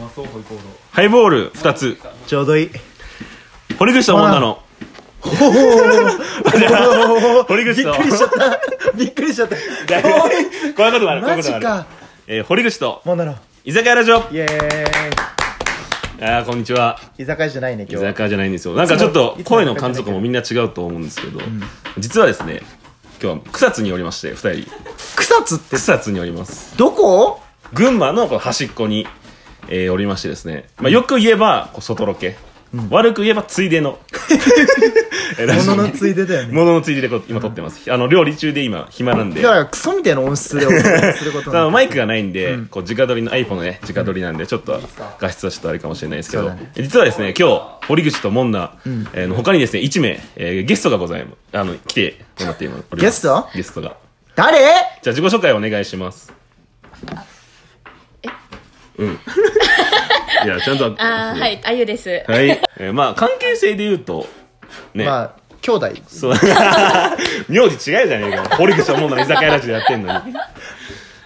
まそうホイコーロハイボール2つちょうど いい堀口ともんだの堀口びっとくりしちゃったびっくりし ちゃった こういうことになるこういうこマとジになる、かえー、堀口ともうなの居酒屋ラジオイエーあーこんにちはイ居酒屋じゃないね居今日酒屋じゃないんですよなんかちょっといつも声の感じとかもみんな違うと思うんですけど、実はですね今日は草津におりまして2人草津って草津におりますどこ群馬のこの端っこに、えーおりましてですね、まあ、よく言えばこう外ロケ、悪く言えばついでのえーラジオ 物に のついでだよねもののついででこう今撮ってます、あの料理中で今暇なんでだからクソみたいな音質でお伝えすることただなマイクがないんで、こう直撮りの iPhone のね直撮りなんでちょっと画質はちょっとあれかもしれないですけそど、うだね実はですね今日堀口とモンナ、えーの他にですね1名、えーゲストがございますあの来てもらっておりますゲストゲストが誰じゃあ自己紹介お願いしますえうんいやちゃんと、あーはい い、あゆです。はいえーまあ関係性で言うとね、まあ兄弟そう。 名字違うじゃねえか。堀口はもんなの居酒屋ラジオやってんのに。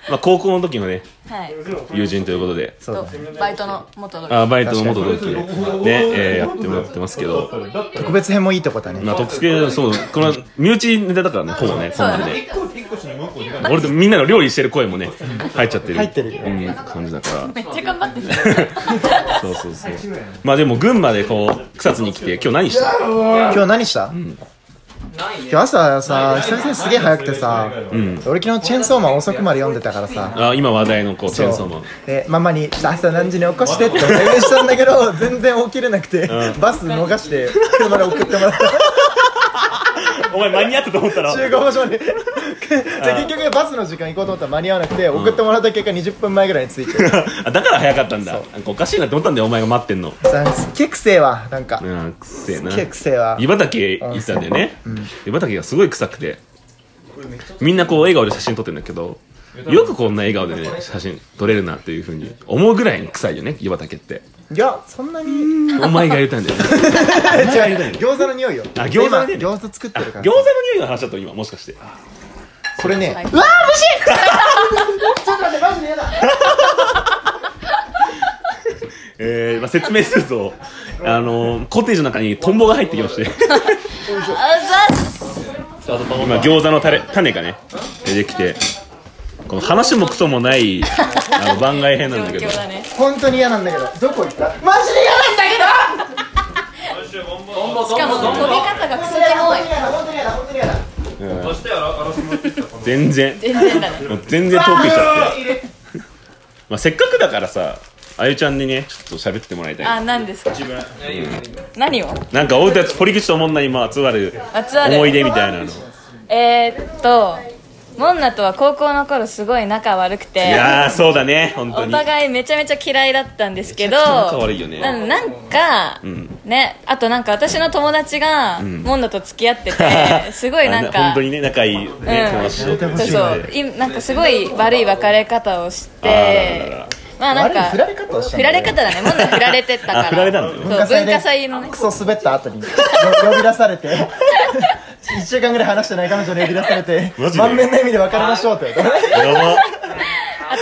まあ、高校の時のね、はい。友人ということで、そうだねバイトの元の。あバイトの元同期で、ね、えーやってもらってますけど、特別編もいいとこだねまあ、特系、そう、この、身内ネタだからね、ほぼね、そうこんだなんでねね。ー1個1個しにもう1個いかない俺とみんなの料理してる声もね、入っちゃってる。入ってるうん、感じだから。めっちゃ頑張ってる。 そうそうそう。まあでも、群馬でこう、草津に来て、今日何した今日何した今日朝さ久々にすげえ早くてさうん。俺昨日チェーンソーマン遅くまで読んでたからさあ、今話題のこう、チェーンソーマン。でママに「朝何時に起こし て」ってお願いしたんだけど全然起きれなくてうんバス逃して車で送ってもらった お前間に合ったと思ったら中古所にで結局バスの時間行こうと思ったら間に合わなくて送ってもらった結果20分前ぐらいに着いて あだから早かったんだなんかおかしいなって思ったんだよお前が待ってんのさすっげえくせえわなんかうんくせえなすっげえくせえわ湯畑行ってたんだよね、湯畑がすごい臭くてみんなこう笑顔で写真撮ってるんだけどよくこんな笑顔でね写真撮れるなっていうふうに思うぐらいに臭いよね湯畑っていやそんなにお前が言ったんだよね違う 餃子の匂いよあ餃子の匂いで今餃子作ってるか餃子のら匂いの話だった今もしかしてこれねはいうわー虫ちょっと待ってマジで嫌だえーまあ、説明すると、あのーコテージの中にトンボが入ってきましてあざっす今餃子のタレ種がね出てきてこの話もクソもないあの番外編なんだけ状ど況だね。本当に嫌なんだけどどこ行ったマジで嫌なんだしかも飛び方がクソキモい。本当に嫌だ本当に嫌だ本全然全然だね。もう全然トークしちゃってまあせっかくだからさあゆちゃんにねちょっと喋ってもらいたいあ、何ですか何をなんか俺たちポリ口とおもんな今集まるまつわ思いる。出みたいなのいえーっと、モンナとは高校の頃すごい仲悪くて。やーそうだね本当おに互いめちゃめちゃ嫌いだったんですけどめちゃくちゃ仲悪いよねななんか、んねあとなんか私の友達がモンナと付き合ってて、すごいな んあか本当にね仲いいね友達とそうそういなんかすごい悪い別れ方をしあらららてらま当にあなん嫌だ悪いか振られ方をしたん振だらよれ方だねもんな振られてったからあ振られたのねそう文化祭のねクソ滑った後によ 呼び出されて 1週間ぐらい話してない彼女に呼び出されてマジで満面の意味で別れましょうって言われてやばあと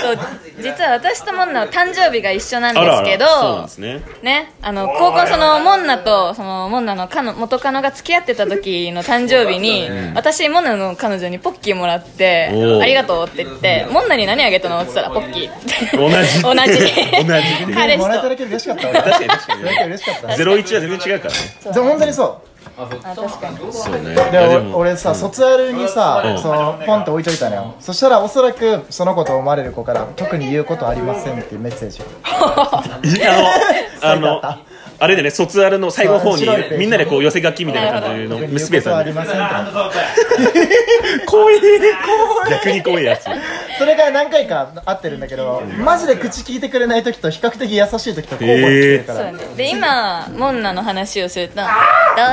実は私とモンナは誕生日が一緒なんであらすあけどらそうなんですねね、あの高校そのモンナとそのモンナの彼女元カノが付き合ってた時の誕生日に、私モンナの彼女にポッキーもらっておーありがとうって言ってモンナに何あげたのって言ったらポッキーって 同じ 同じ同じ彼氏もらえたとだけで嬉しかった俺確かに確かにそれだけ嬉しかったゼロ一は全然違うからねでも本当にそうあ確かにそうねで俺俺さ、卒アルにさ、うんそのポンって置いといたのよそしたらおそらくその子と思われる子から特に言うことありませんっていうメッセージが あの、あの、あれでね、卒アルの最後の方にそう白いペー、ジみんなでこう寄せ書きみたいな感じ特にの言うスこペースとはああるりませんって怖い、怖い。逆に怖いやつ。それが何回か会ってるんだけどマジで口聞いてくれない時と比較的優しい時と交互に来てるかそうら、ねで今モンナの話をすると「ど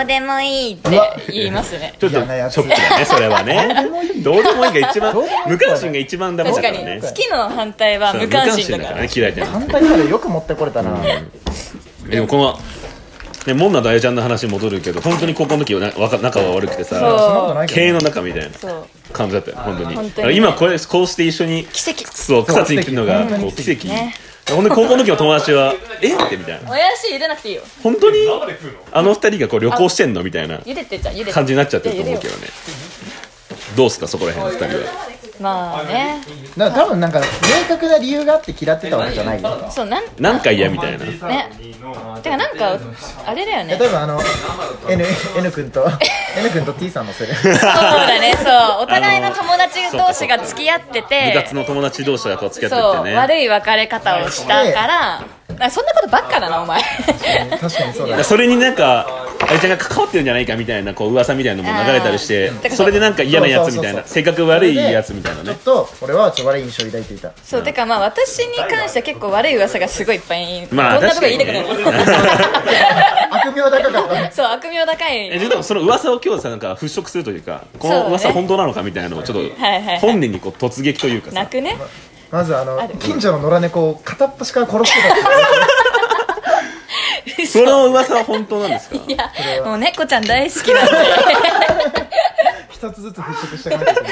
うでもいい」って言いますねちょっとシ嫌なやつョックだね、それはね。どうでもいいが一番どうでもいい、無関心が一番ダメだ確かからにね。好きの反対はそう無関心だから無関心ね、嫌いだ簡単にまでよく持ってこれたな、でもこの、ね、モンナとあやちゃんの話戻るけど、本当に高校の時はなわか仲が悪くてさ、そんなことそないけど経営の仲みたいなうそう感じだったよ、本当に。本当にだから今これ、こうして一緒に、奇跡そう、草津に来るのが、ほんまこうに奇跡ねほんで高校の時の友達は「えっ?」てみたいなもやし茹でなくていいよ「本当に生で食うのあの二人がこう旅行してんの?」みたいな茹でてじゃあ茹でて感じになっちゃってると思うけどいねどうすかそこら辺の二人はや茹でよまあねだから多分なんか明確な理由があって嫌ってたわけじゃないよそうなんなんか嫌みたいなねてかなんかあれだよいやね多分あの N, N 君と N 君と T さんの せいでそうだねそうお互いの友達同士が付き合って部て活の友達同士がこう付き合ってそっうてね悪い別れ方をしたからなんかそんなことばっかだなお前確かにそうだそれになんかあれちゃんが関わってるんじゃないかみたいなこう噂みたいなのも流れたりしてあーそれでなんか嫌なやつみたいそうそうそうなそう性格悪いやつみたいなちょねっと俺はちょっと悪い印象を抱いていたそうてかまあ私に関しては結構悪い噂がすごいいっぱいまあこんなとこ言いたくない確か悪名高かったね そう悪名高いえでもその噂を今日さなんか払拭するというかこの噂本当なのかみたいなのをちょっとはいはい本人にこう突撃というかさ泣くね まずあのある近所の野良猫を片っ端から殺してたってその噂は本当なんですかいやもう猫ちゃん大好きなんで 一つずつ払拭していかなきゃいけな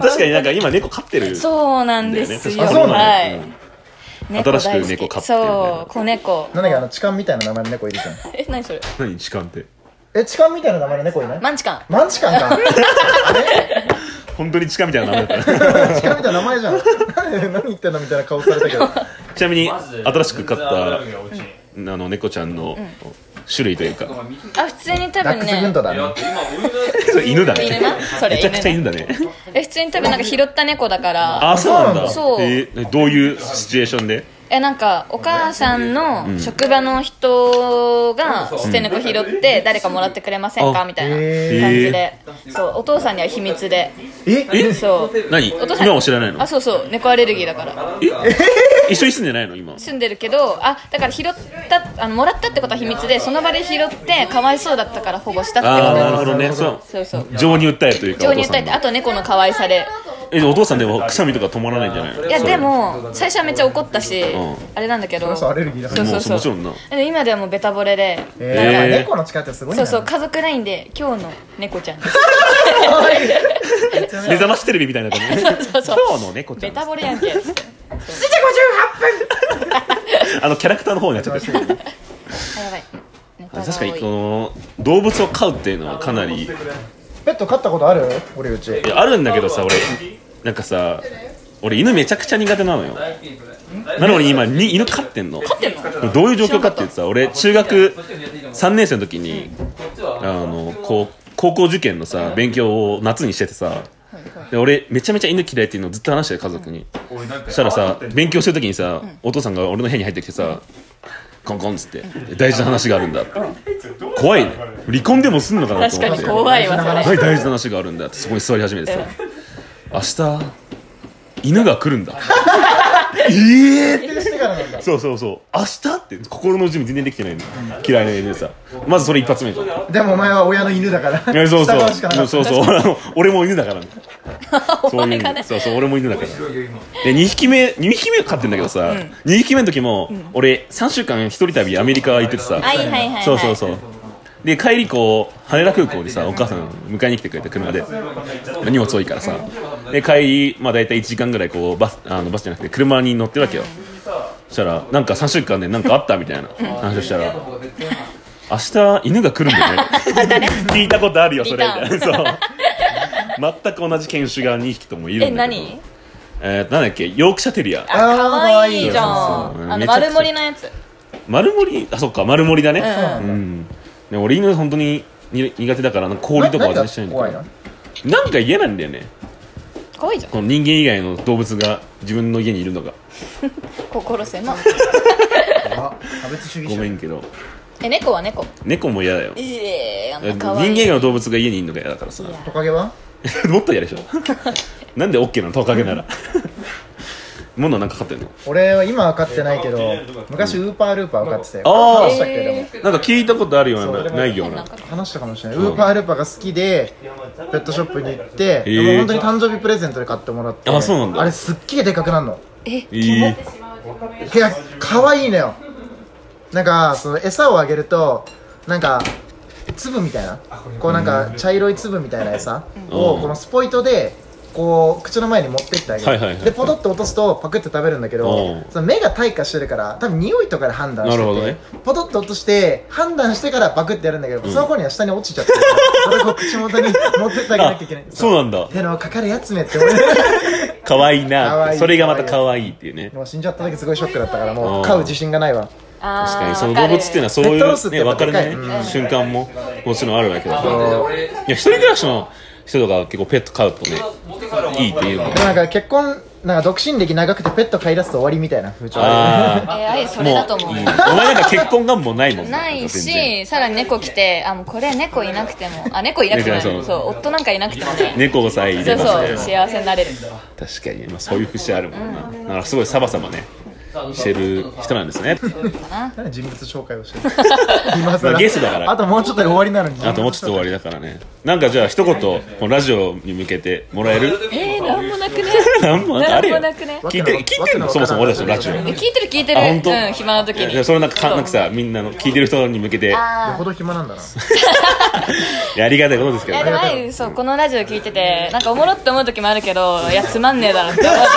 い確かになんか今猫飼ってるそうなんですよだよね確かにそうなはんだよい新しく猫飼ってるんだよねそう子猫なんだっけあの痴漢みたいな名前の猫いるじゃんえ何それ何痴漢ってえ痴漢みたいな名前の猫いないマンチカンマンチカン か本当に痴漢みたいな名前だった痴漢みたいな名前じゃんなんで何言ってんのみたいな顔され たけどちなみに新しく飼ったうんあの猫ちゃんの種類というか、あ普通に多ダッ分クスフンねトだねそれ犬だ犬ねなそれめちゃくちゃ犬だねえ普通に多分なんか拾った猫だからあそうなんだそうえーどういうシチュエーションでえなんかお母さんの職場の人が捨て猫拾って誰かもらってくれませんかあみたいなへー感じでそうお父さんには秘密でええそう何お父さん今も知らないのあそうそう猫アレルギーだから一緒に住んでないの今住んでるけどあだから拾ったあのもらったってことは秘密でその場で拾ってかわいそうだったから保護したってこああとなるでほどねそうすそうそう情に訴えるというか情に訴えてあお父さんのと猫の可愛さでえでもお父さんでもくしゃみとか止まらないんじゃないのいやそでれも最初はめっちゃ怒ったし、んあれなんだけどそうそアうレルギーだからそうもそううもちろんなで今ではもうベタ惚れで、えーえー猫の力ってすごいんそだうねそう家族ラインで今日の猫ちゃんです目覚ましテレビみたいな感じ今そうそう日の猫ちゃベんタ惚れやんけあのキャラクターの方になっちゃってるあやばいネタが多い確かにこの動物を飼うっていうのはかなりいペット飼ったことある俺うちやあるんだけどさ俺なんかさ俺犬めちゃくちゃ苦手なのよ なのに今に犬飼ってんのってんのどういう状況かって言ってさ俺中学3年生の時にあのこう高校受験のさ勉強を夏にしててさで俺めちゃめちゃ犬嫌いっていうのをずっと話してる家族にそしたらさ勉強してる時にさお父さんが俺の部屋に入ってきてさコンコンっつって大事な話があるんだって怖いね離婚でもすんのかなと思確かっにて怖いわそれはい大事な話があるんだってそこに座り始めてさ明日犬が来るんだ ええー、してからなんだそうそうそう明日って心の準備全然できてないの嫌いな犬でさまずそれ一発目じゃんいでもお前は親の犬だからやそうそう従うしかなかうんったそうそうあの俺も犬だからねそういう前意が味ねでそうそう俺も犬だからで2匹目2匹目飼ってんだけどさ、二2匹目の時も、俺3週間一人旅アメリカ行っててさはいはいはいはいそうそうそうで帰りこう羽田空港にさお母さん迎えに来てくれて車で荷物多いからさで帰り、まあ、大体1時間ぐらいこうバスあのバスじゃなくて車に乗ってるわけよそしたらなんか3週間でなんかあったみたいな話をしたら明日犬が来るんだよね 聞いたことあるよそれみたいな そう全く同じ犬種が2匹ともいるえんだけど何えー、なんだっけヨークシャテリアあーかわいいじゃそんうそうそうあめのちゃくちゃ丸盛りのやつ丸森あそっか丸森だねううん、でも俺犬本当にに苦手だからなんか氷とかはな全然しないん怖だいのけどなんか嫌なんだよねかわいいじゃんこの人間以外の動物が自分の家にいるのが 心狭あい差別主義ご者めんけどえ猫は猫猫も嫌だよいいえあん人なか間わいい以外の動物が家にいるのが嫌だからさトカゲは もっと嫌でしょなんで OK なのトカゲな らものなんか飼ってんの俺は今は飼ってないけど昔ウーパールーパーを飼ってたよあー話したっけでもなんか聞いたことあるようなそうないようななんか話したかもしれないウーパールーパーが好きでペットショップに行ってへーでも本当に誕生日プレゼントで買ってもらってあそうなんだあれすっげえでかくなるのええー、いや可愛いのよなんかその餌をあげるとなんか粒みたいなこうなんか茶色い粒みたいな餌をうんこのスポイトでこう口の前に持ってってあげる、はいはいはいでポトッと落とすとパクって食べるんだけおどうその目が退化してるから多分匂いとかで判断しててなるほどねポトッと落として判断してからパクってやるんだけど、んその頃には下に落ちちゃってるからまたこう口元に持ってってあげなきゃいけないあそうなんだ手のかかるやつめって思い可愛いなっ可愛ていそれがまた可愛いっていうねもう死んじゃった時すごいショックだったからおもうう飼う自信がないわあ確かーにその動物っていうのはそういペットロスっうてねやっ分ぱかでるかいねうん瞬間ももちろんあるわけだからそういや一人暮らしの人とか結構ペット飼うとねいいっていうのなんか結婚なんか独身歴長くてペット飼い出すと終わりみたいな風潮えあーあいそあれもだと思うう、うんお前なんか結婚願望ないもんない全然しさらに猫来てあもうこれ猫いなくてもあ猫いなくても猫いなくてもそう夫なんかいなくてもね猫さえいそれうばそうみたいな幸せになれる確かに、 まあ、そういう節あるもんなだからすごいサバサバねしてる人なんですねかな何人物紹介をしてる 今ま更あゲストだからあともうちょっとで終わりなのにあともうちょっと終わりだからねなんかじゃあ一言このラジオに向けてもらえる えー、なんもなくねなんもあれよなんもなくね聞いてる聞いてんのそもそも俺たちのラジオえ聞いてる聞いてるあ本当うん暇な時いやにそれなんかかなんかさみんなの聞いてる人に向けてよあほど暇なん だないやありがたいことですーけどいやでねもあゆそうこのラジオ聞いててなんかおもろって思う時もあるけどいやつまんねえだ ろって思う時も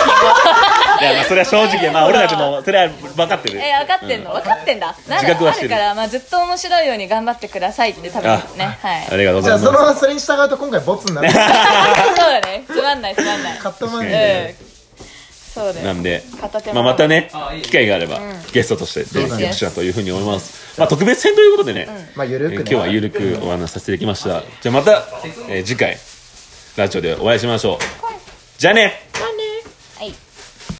いやまあそれは正直まあ俺たちもそれは分かってるえー、分かってんの分かってんだな自覚はしてあるるから、まあ、ずっと面白いように頑張ってくださいって多分あねはいありがとうごじゃざあいそますのそれに従うと今回ボツ になるそうだねつまんないつまんないカットマンうんでそうだなよんで片手、間まあ、またね機会があればゲストとして出てきたというふうに思います、まあ、特別編ということでね、まあゆえるーくね今日はゆるくお話しさせていただきましたじゃあまた、えー次回ラジオでお会いしましょうじゃあねバイ